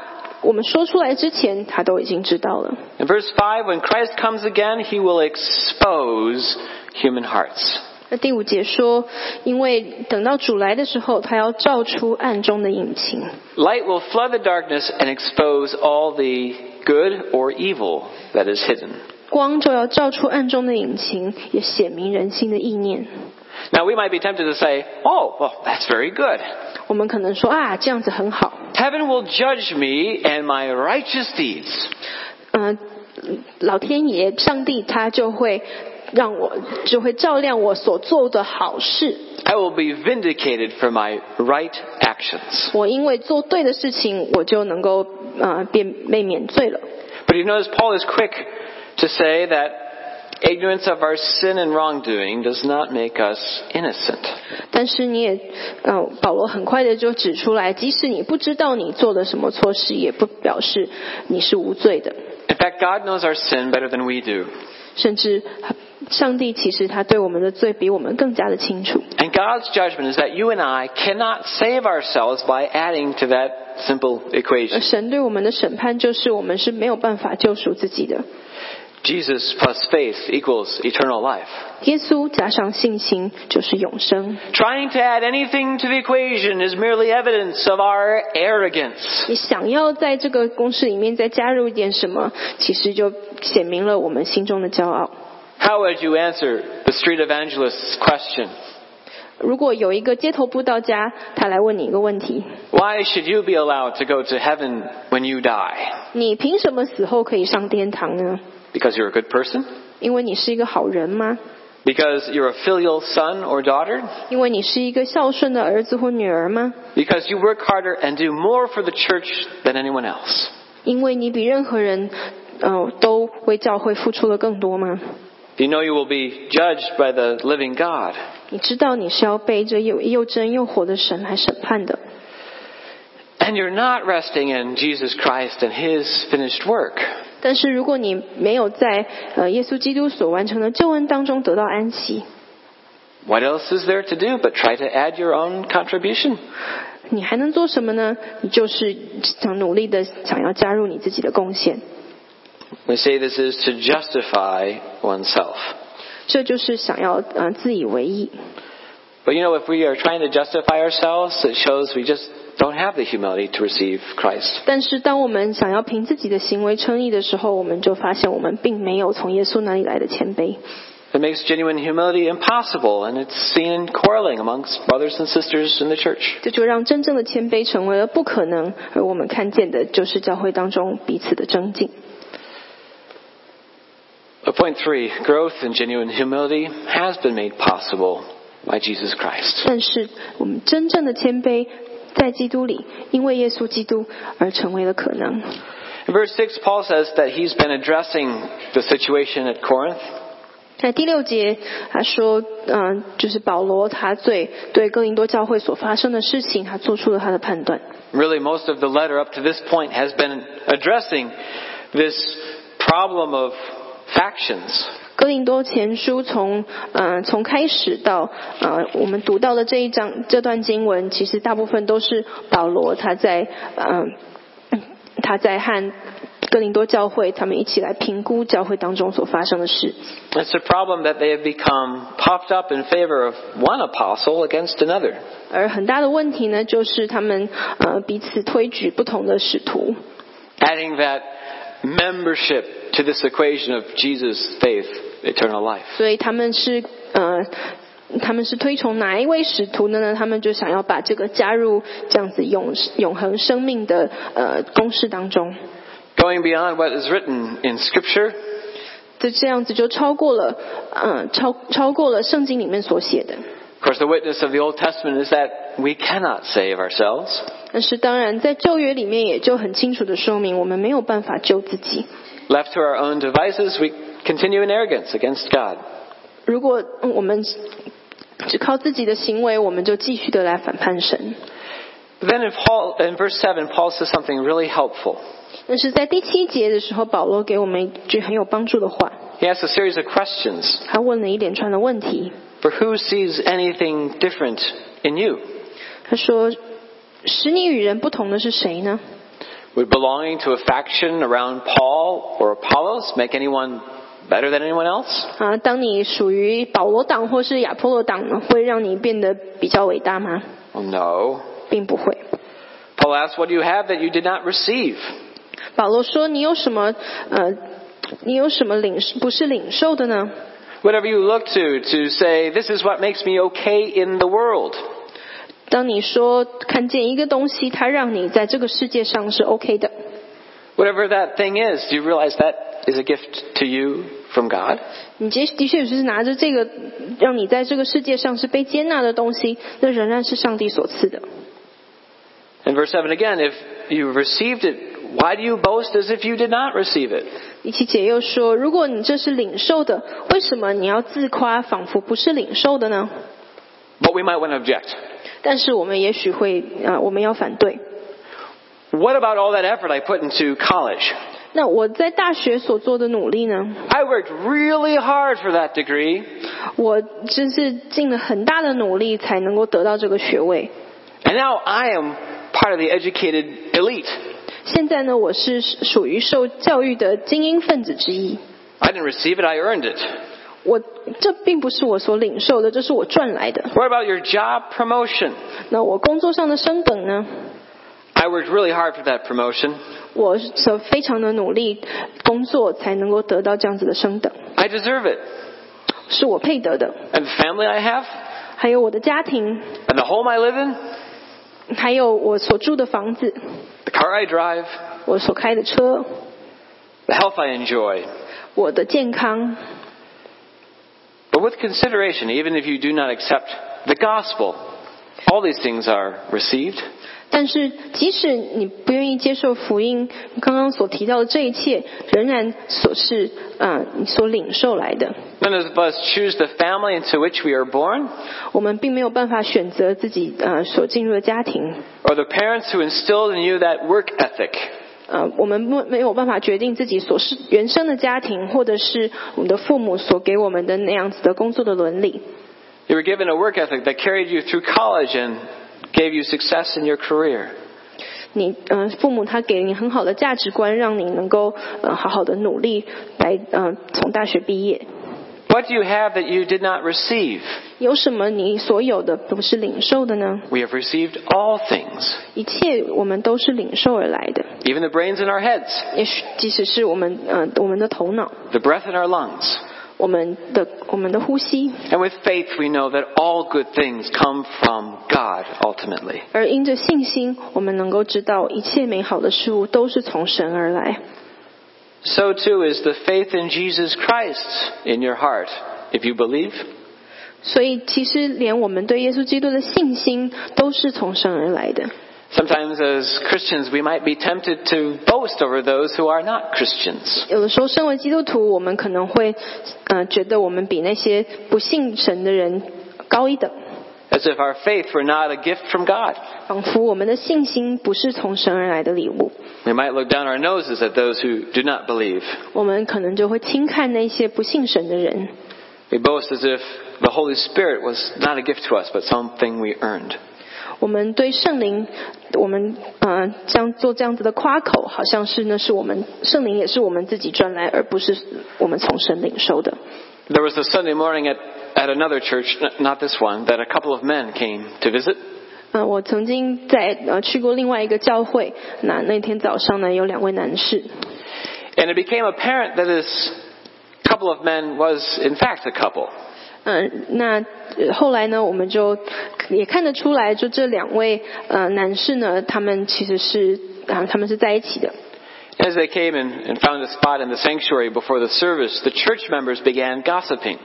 [SPEAKER 3] 我们说出来之前他都已经知道了。
[SPEAKER 2] In verse 5, when Christ comes again, he will expose human hearts.
[SPEAKER 3] 那第五节说，因为等到主来的时候，他要照出暗中的隐情，
[SPEAKER 2] Light will flood the darkness and expose all the good or evil that is hidden.
[SPEAKER 3] 光就要照出暗中的隐情，也显明人心的意念。
[SPEAKER 2] Now we might be tempted to say, oh, well, that's very good.
[SPEAKER 3] 我们可能说啊，这样子很好，
[SPEAKER 2] Heaven will judge me and my righteous deeds.
[SPEAKER 3] 嗯，老天爷、上帝他就会让我，就会照亮我所做的好事。
[SPEAKER 2] I will be vindicated for my right actions.
[SPEAKER 3] 我因为做对的事情，我就能够呃变被免罪了。
[SPEAKER 2] But you notice Paul is quick to say that ignorance of our sin and wrongdoing does not make us innocent.
[SPEAKER 3] 但是你也，呃，保罗很快的就指出来，即使你不知道你做了什么错事，也不表示你是无罪的。
[SPEAKER 2] In fact, God knows our sin better than we do.
[SPEAKER 3] 甚至呃上帝其实他对我们的罪比我们更加的清楚。
[SPEAKER 2] And God's judgment is that you and I cannot save ourselves by adding to that simple
[SPEAKER 3] 而
[SPEAKER 2] equation.
[SPEAKER 3] 神对我们的审判就是我们是没有办法救赎自己的。
[SPEAKER 2] Jesus plus faith equals eternal life.
[SPEAKER 3] 耶稣加上信心就是永生。
[SPEAKER 2] Trying to add anything to the equation is merely evidence of our arrogance.
[SPEAKER 3] 你想要在这个公式里面再加入一点什么，其实就显明了我们心中的骄傲。
[SPEAKER 2] How would you answer the street evangelist's question?
[SPEAKER 3] 如果有一个街头布道家，他来问你一个问题：
[SPEAKER 2] Why should you be allowed to go to heaven when you die?
[SPEAKER 3] 你凭什么死后可以上天堂呢？
[SPEAKER 2] Because you're a good person?
[SPEAKER 3] 因为你是一个好人吗？
[SPEAKER 2] Because you're a filial son or daughter?
[SPEAKER 3] 因为你是一个孝顺的儿子或女儿吗？
[SPEAKER 2] Because you work harder and do more for the church than anyone else?
[SPEAKER 3] 因为你比任何人，呃，都为教会付出了更多吗？
[SPEAKER 2] You know you will be judged by the living God.
[SPEAKER 3] 你知道你是要被这又又真又活的神来审判的。
[SPEAKER 2] and you're not resting in Jesus Christ and His finished work,
[SPEAKER 3] 但是如果你没有在呃耶稣基督所完成的救恩当中得到安息，
[SPEAKER 2] what else is there to do but try to add your own contribution?
[SPEAKER 3] 你还能做什么呢？你就是想努力的想要加入你自己的贡献，
[SPEAKER 2] We say this is to justify oneself.
[SPEAKER 3] 这就是想要呃自以为意。
[SPEAKER 2] But you know, if we are trying to justify ourselves, it shows we just don't have the humility to receive Christ.
[SPEAKER 3] 但是当我们想要凭自己的行为称义的时候，我们就发现我们并没有从耶稣那里来的谦卑。
[SPEAKER 2] It makes genuine humility impossible, and it's seen in quarreling amongst brothers and sisters in the church.
[SPEAKER 3] 这就让真正的谦卑成为了不可能，而我们看见的就是教会当中彼此的增进。
[SPEAKER 2] Uh, Point three growth in genuine humility has been made possible by Jesus Christ.
[SPEAKER 3] 但是我们真正的谦卑在基督里，因为耶稣基督而成为了可能。
[SPEAKER 2] In verse 6, Paul says that he's been addressing the situation at Corinth.
[SPEAKER 3] 在第六节，他说，嗯、就是保罗他对对哥林多教会所发生的事情，他做出了他的判断。
[SPEAKER 2] Really, most of the letter up to this point has been addressing this problem of factions.
[SPEAKER 3] 哥林多前书从呃从开始到呃我们读到的这一章这段经文，其实大部分都是保罗他在呃他在和哥林多教会他们一起来评估教会当中所发生的事。
[SPEAKER 2] It's a problem that they have become puffed up in favor of one apostle against another.
[SPEAKER 3] 而很大的问题呢，就是他们呃彼此推举不同的使徒，
[SPEAKER 2] adding that membership to this equation of Jesus' faith, eternal life.
[SPEAKER 3] 所以他们是呃他们是推崇哪一位使徒呢？他们就想要把这个加入这样子永永恒生命的呃公式当中，
[SPEAKER 2] Going beyond what is written in Scripture,
[SPEAKER 3] 这这样子就超过了呃超超过了圣经里面所写的。
[SPEAKER 2] of course, the witness of the Old Testament is that we cannot save ourselves.
[SPEAKER 3] 但是当然，在旧约里面也就很清楚的说明，我们没有办法救自己。
[SPEAKER 2] Left to our own devices, we continue in arrogance against God.
[SPEAKER 3] 如果嗯我们只靠自己的行为，我们就继续的来反叛神。
[SPEAKER 2] But then in, Paul, in verse 7, Paul says something really helpful.
[SPEAKER 3] 但是在第七节的时候，保罗给我们一句很有帮助的话，
[SPEAKER 2] He asks a series of questions.
[SPEAKER 3] 他问了一连串的问题。
[SPEAKER 2] For who sees anything different in you?
[SPEAKER 3] 他说：“使你与人不同的是谁呢？
[SPEAKER 2] Would belonging to a faction around Paul or Apollos make anyone better than anyone else?
[SPEAKER 3] 啊，当你属于保罗党或是亚波罗党，会让你变得比较伟大吗？
[SPEAKER 2] Well, no.
[SPEAKER 3] 并不会。
[SPEAKER 2] Paul asks, What do you have that you did not receive?
[SPEAKER 3] 保罗说：你有什么呃，你有什么领不是领受的呢？
[SPEAKER 2] Whatever you look to, to say, This is what makes me okay in the world.
[SPEAKER 3] 当你说看见一个东西，它让你在这个世界上是 OK 的，
[SPEAKER 2] Whatever that thing is, do you realize that is a gift to you from God?
[SPEAKER 3] 你的的确是拿着这个让你在这个世界上是被接纳的东西，那仍然是上帝所赐的。
[SPEAKER 2] And verse 7 again, if you received it, why do you boast as if you did not receive it?
[SPEAKER 3] 李奇姐又说：“如果你这是领受的，为什么你要自夸，仿佛不是领受的呢
[SPEAKER 2] But we might want to object.？”
[SPEAKER 3] 但是我们也许会，呃，我们要反对。
[SPEAKER 2] What about all that effort I put into college?
[SPEAKER 3] 那我在大学所做的努力呢？
[SPEAKER 2] I worked really hard for that degree,
[SPEAKER 3] 我真是尽了很大的努力才能够得到这个学位。
[SPEAKER 2] and now I am part of the educated elite.
[SPEAKER 3] 现在呢，我是属于受教育的精英分子之一。
[SPEAKER 2] I didn't receive it, I earned it.
[SPEAKER 3] 我这并不是我所领受的，这是我赚来的。
[SPEAKER 2] What about your job promotion?
[SPEAKER 3] 那我工作上的升等呢？
[SPEAKER 2] I worked really hard for that promotion.
[SPEAKER 3] 我所非常的努力工作才能够得到这样子的升等，
[SPEAKER 2] I deserve it.
[SPEAKER 3] 是我配得的。
[SPEAKER 2] And the family I have,
[SPEAKER 3] 还有我的家庭，
[SPEAKER 2] and the home I live in,
[SPEAKER 3] 还有我所住的房子，
[SPEAKER 2] the car I drive,
[SPEAKER 3] 我所开的车，
[SPEAKER 2] the health I enjoy.
[SPEAKER 3] 我的健康。
[SPEAKER 2] But with consideration, even if you do not accept the gospel, all these things are received.
[SPEAKER 3] 但是即使你不愿意接受福音，刚刚所提到的这一切，仍然所是呃你所领受来的。
[SPEAKER 2] None of us choose the family into which we are born
[SPEAKER 3] 我们并没有办法选择自己呃所进入的家庭，
[SPEAKER 2] or the parents who instilled in you that work ethic.
[SPEAKER 3] 呃，我们不没有办法决定自己所是原生的家庭，或者是我们的父母所给我们的那样子的工作的伦理。
[SPEAKER 2] You were given a work ethic that carried you through college and gave you success in your career.
[SPEAKER 3] 你呃，父母他给你很好的价值观，让你能够呃好好的努力来呃从大学毕业。
[SPEAKER 2] What do you have that you did not receive?
[SPEAKER 3] 有什么你所有的不是领受的呢？
[SPEAKER 2] We have received all things,
[SPEAKER 3] 一切我们都是领受而来的，
[SPEAKER 2] even the brains in our heads,
[SPEAKER 3] 也许即使是我们呃我们的头脑、
[SPEAKER 2] the breath in our lungs.
[SPEAKER 3] 我们的我们的呼吸，
[SPEAKER 2] And with faith, we know that all good things come from God ultimately.
[SPEAKER 3] 而因着信心，我们能够知道一切美好的事物都是从神而来。
[SPEAKER 2] So too is the faith in Jesus Christ in your heart. If you believe,
[SPEAKER 3] 所以，其实连我们对耶稣基督的信心都是从神而来的。
[SPEAKER 2] sometimes as Christians, we might be tempted to boast over those who are not Christians.
[SPEAKER 3] 有的时候，身为基督徒，我们可能会，呃，觉得我们比那些不信神的人高一等，
[SPEAKER 2] As if our faith were not a gift from God.
[SPEAKER 3] 仿佛我们的信心不是从神而来的礼物。
[SPEAKER 2] We might look down our noses at those who do not believe.
[SPEAKER 3] 我们可能就会轻看那些不信神的人。
[SPEAKER 2] We boast as if the Holy Spirit was not a gift to us, but something we earned.
[SPEAKER 3] 我们对圣灵，我们呃这样做这样子的夸口，好像是呢是我们圣灵也是我们自己赚来，而不是我们从神领受的。
[SPEAKER 2] There was a Sunday morning at, at another church, n- not this one, that a couple of men came to visit.
[SPEAKER 3] 呃，我曾经在呃去过另外一个教会，那那天早上呢有两位男士，
[SPEAKER 2] And it became apparent that this couple of men was, in fact, a couple.
[SPEAKER 3] 嗯、那呃后来呢我们就也看得出来，就这两位呃男士呢，他们其实是啊、他们是在一起的。
[SPEAKER 2] As they came and, and found a spot in the sanctuary before the service, the church members began gossiping.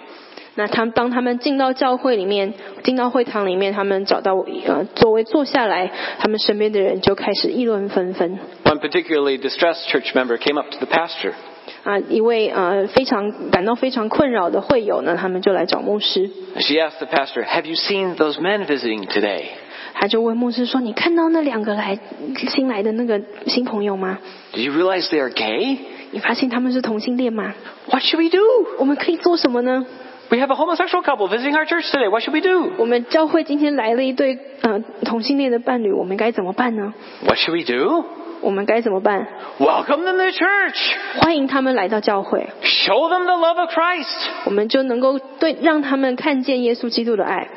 [SPEAKER 3] 那他们当他们进到教会里面，进到会堂里面，他们找到呃座位坐下来，他们身边的人就开始议论纷纷。
[SPEAKER 2] One particularly distressed church member came up to the pastor.
[SPEAKER 3] 啊，一位呃非常感到非常困扰的会友呢，他们就来找牧师，
[SPEAKER 2] And she asked the pastor, Have you seen those men visiting today?
[SPEAKER 3] 他就问牧师说：“你看到那两个来新来的那个新朋友吗？
[SPEAKER 2] Do you realize they are gay?
[SPEAKER 3] 你发现他们是同性恋吗？
[SPEAKER 2] What should we do?
[SPEAKER 3] 我们可以做什么呢？
[SPEAKER 2] We have a homosexual couple visiting our church today. What should we do?
[SPEAKER 3] 我们教会今天来了一对呃同性恋的伴侣，我们该怎么办呢？
[SPEAKER 2] What should we do?
[SPEAKER 3] 我们该怎么办？
[SPEAKER 2] Welcome them to church.
[SPEAKER 3] 欢迎他们来到教会。”
[SPEAKER 2] Show them the love of Christ.
[SPEAKER 3] 我们就能够对让他们看见耶稣基督的爱。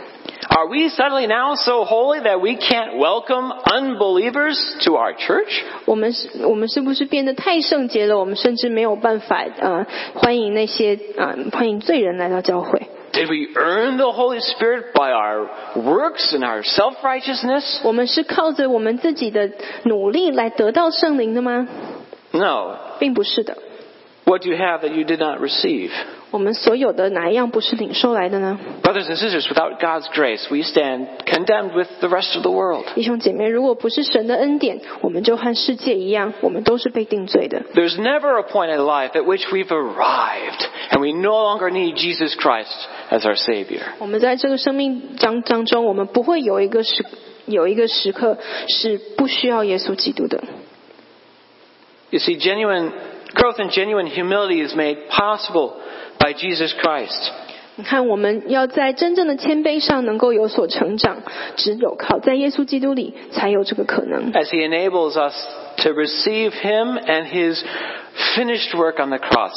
[SPEAKER 2] Are we suddenly now so holy that we can't welcome unbelievers to our church?
[SPEAKER 3] 我们是，我们是不是变得太圣洁了？我们甚至没有办法呃欢迎那些呃欢迎罪人来到教会。
[SPEAKER 2] Did we earn the Holy Spirit by our works and our self-righteousness?
[SPEAKER 3] 我们是靠着我们自己的努力来得到圣灵的吗？
[SPEAKER 2] No.
[SPEAKER 3] 并不是的。
[SPEAKER 2] What do you have that you did not receive?
[SPEAKER 3] 我们所有的哪一样不是领受来的呢？
[SPEAKER 2] Brothers and sisters, without God's grace, we stand condemned with the rest of the world.
[SPEAKER 3] 弟兄姐妹，如果不是神的恩典，我们就和世界一样，我们都是被定罪的。
[SPEAKER 2] There's never a point in life at which we've arrived and we no longer need Jesus Christ as our Savior.
[SPEAKER 3] 我们在这个生命当当中，我们不会有一个时有一个时刻是不需要耶稣基督的。
[SPEAKER 2] You see, genuine growth and genuine humility is made possible by Jesus Christ.
[SPEAKER 3] 你看，我们要在真正的谦卑上能够有所成长，只有靠在耶稣基督里才有这个可能。
[SPEAKER 2] as he enables us to receive him and his finished work on the cross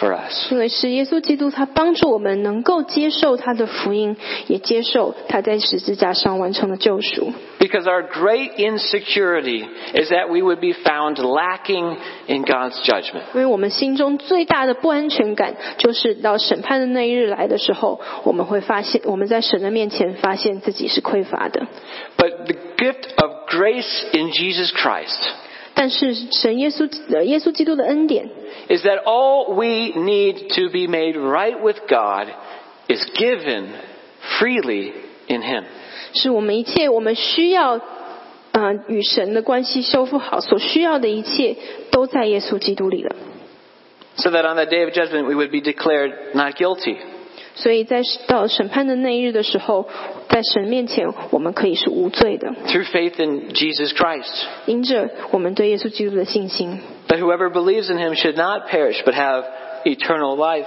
[SPEAKER 2] for us.
[SPEAKER 3] 因为是耶稣基督，他帮助我们能够接受他的福音，也接受他在十字架上完成的救赎。
[SPEAKER 2] Because our great insecurity is that we would be found lacking in God's judgment.
[SPEAKER 3] 因为我们心中最大的不安全感，就是到审判的那一日来的时候，我们会发现我们在神的面前发现自己是匮乏的。
[SPEAKER 2] But the gift of grace in Jesus Christ
[SPEAKER 3] 但是神耶稣呃耶稣基督的恩典，
[SPEAKER 2] is that all we need to be made right with God is given freely in him.
[SPEAKER 3] 是我们一切我们需要呃与神的关系修复好，所需要的一切都在耶稣基督里了。
[SPEAKER 2] so that on that day of judgment we would be declared not guilty.
[SPEAKER 3] 所以在到审判的那一日的时候，在神面前我们可以是无罪的，
[SPEAKER 2] through faith in Jesus Christ.
[SPEAKER 3] 因着我们对耶稣基督的信心，
[SPEAKER 2] But whoever believes in him should not perish, but have eternal life.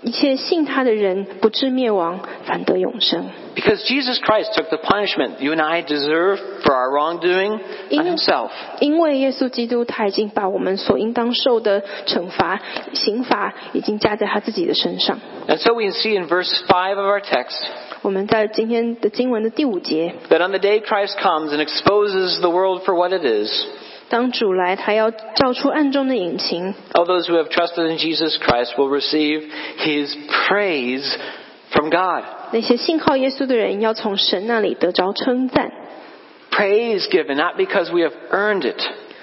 [SPEAKER 3] 一切信他的人不至灭亡，反得永生。
[SPEAKER 2] Because Jesus Christ took the punishment you and I deserve for our wrongdoing on himself.
[SPEAKER 3] 因为耶稣基督他已经把我们所应当受的惩罚、刑罚已经加在他自己的身上。
[SPEAKER 2] And so we see in verse 5 of our text
[SPEAKER 3] 我们在今天的经文的第五节，
[SPEAKER 2] that on the day Christ comes and exposes the world for what it is,
[SPEAKER 3] 当主来，他要照出暗中的隐情，
[SPEAKER 2] all those who have trusted in Jesus Christ will receive his praise from God.
[SPEAKER 3] 那些信靠耶稣的人要从神那里得着称赞。
[SPEAKER 2] Praise given, not because we have earned it,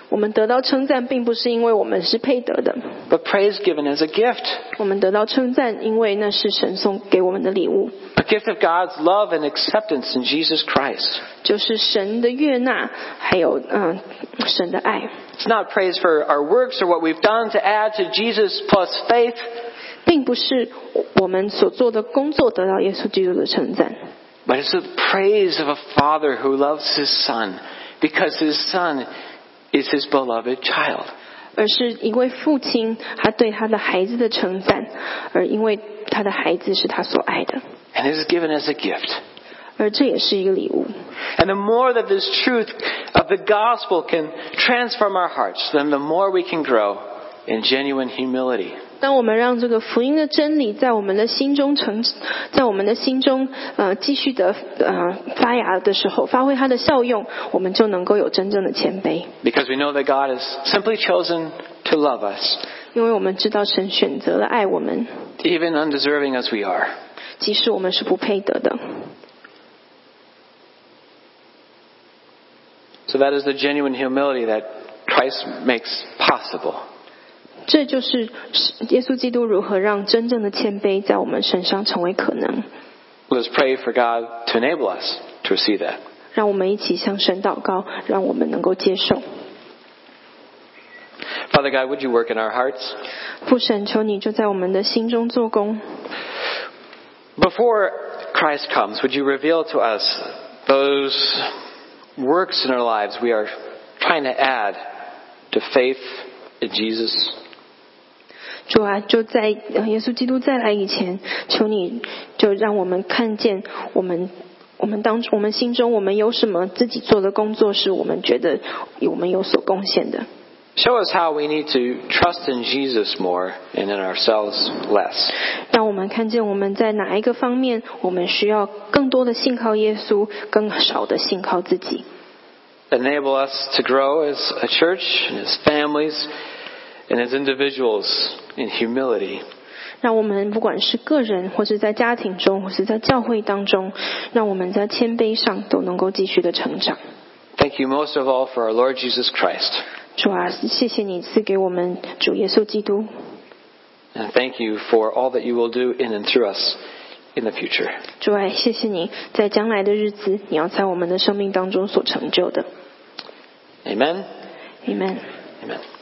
[SPEAKER 3] 我们得到称赞，并不是因为我们是配得的，
[SPEAKER 2] but praise given as a gift.
[SPEAKER 3] 我们得到称赞，因为那是神送给我们的礼物，
[SPEAKER 2] A gift of God's love and acceptance in Jesus Christ.
[SPEAKER 3] 就是神的悦纳，还有嗯、神的爱，
[SPEAKER 2] It's not praise for our works or what we've done to add to Jesus plus faith,
[SPEAKER 3] 并不是我们所做的工作得到耶稣基督的称赞，
[SPEAKER 2] but it's the praise of a father who loves his son because his son is his beloved child.
[SPEAKER 3] 而是一位父亲他对他的孩子的称赞，而因为他的孩子是他所爱的，
[SPEAKER 2] And it is given as a gift.
[SPEAKER 3] 而这也是一个礼物。
[SPEAKER 2] And the more that this truth of the gospel can transform our hearts, then the more we can grow in genuine humility.
[SPEAKER 3] 当我们让这个福音的真理在我们的心中成，在我们的心中呃继续的呃发芽的时候，发挥它的效用，我们就能够有真正的谦卑，
[SPEAKER 2] Because we know that God has simply chosen to love us,
[SPEAKER 3] 因为我们知道神选择了爱我们，
[SPEAKER 2] even undeserving as we are.
[SPEAKER 3] 即使我们是不配得的。
[SPEAKER 2] So that is the genuine humility that Christ makes possible.
[SPEAKER 3] 这就是耶稣基督如何让真正的谦卑在我们身上成为可能。
[SPEAKER 2] Let's pray for God to enable us to receive that.
[SPEAKER 3] 让我们一起向神祷告，让我们能够接受。
[SPEAKER 2] Father God, would you work in our hearts?
[SPEAKER 3] 父神，求你就在我们的心中做工。
[SPEAKER 2] Before Christ comes, would you reveal to us those works in our lives we are trying to add to faith in Jesus?
[SPEAKER 3] 主啊，就在呃耶稣基督再来以前，求你就让我们看见我们我们当我们心中我们有什么自己做的工作，是我们觉得我们有所贡献的。
[SPEAKER 2] Show us how we need to trust in Jesus more and in ourselves less.
[SPEAKER 3] 让我们看见我们在哪一个方面，我们需要更多的信靠耶稣，更少的信靠自己。
[SPEAKER 2] enable us to grow as a church and as families and as individuals in humility.
[SPEAKER 3] 让我们不管是个人，或是在家庭中，或是在教会当中，让我们在谦卑上都能够继续的成长。
[SPEAKER 2] Thank you most of all for our Lord Jesus Christ.
[SPEAKER 3] 主啊，谢谢你赐给我们主耶稣基督，
[SPEAKER 2] And thank you for all that you will do in and through us in the future.
[SPEAKER 3] 主啊，谢谢你在将来的日子，你要在我们的生命当中所成就的。
[SPEAKER 2] Amen.
[SPEAKER 3] Amen。
[SPEAKER 2] Amen.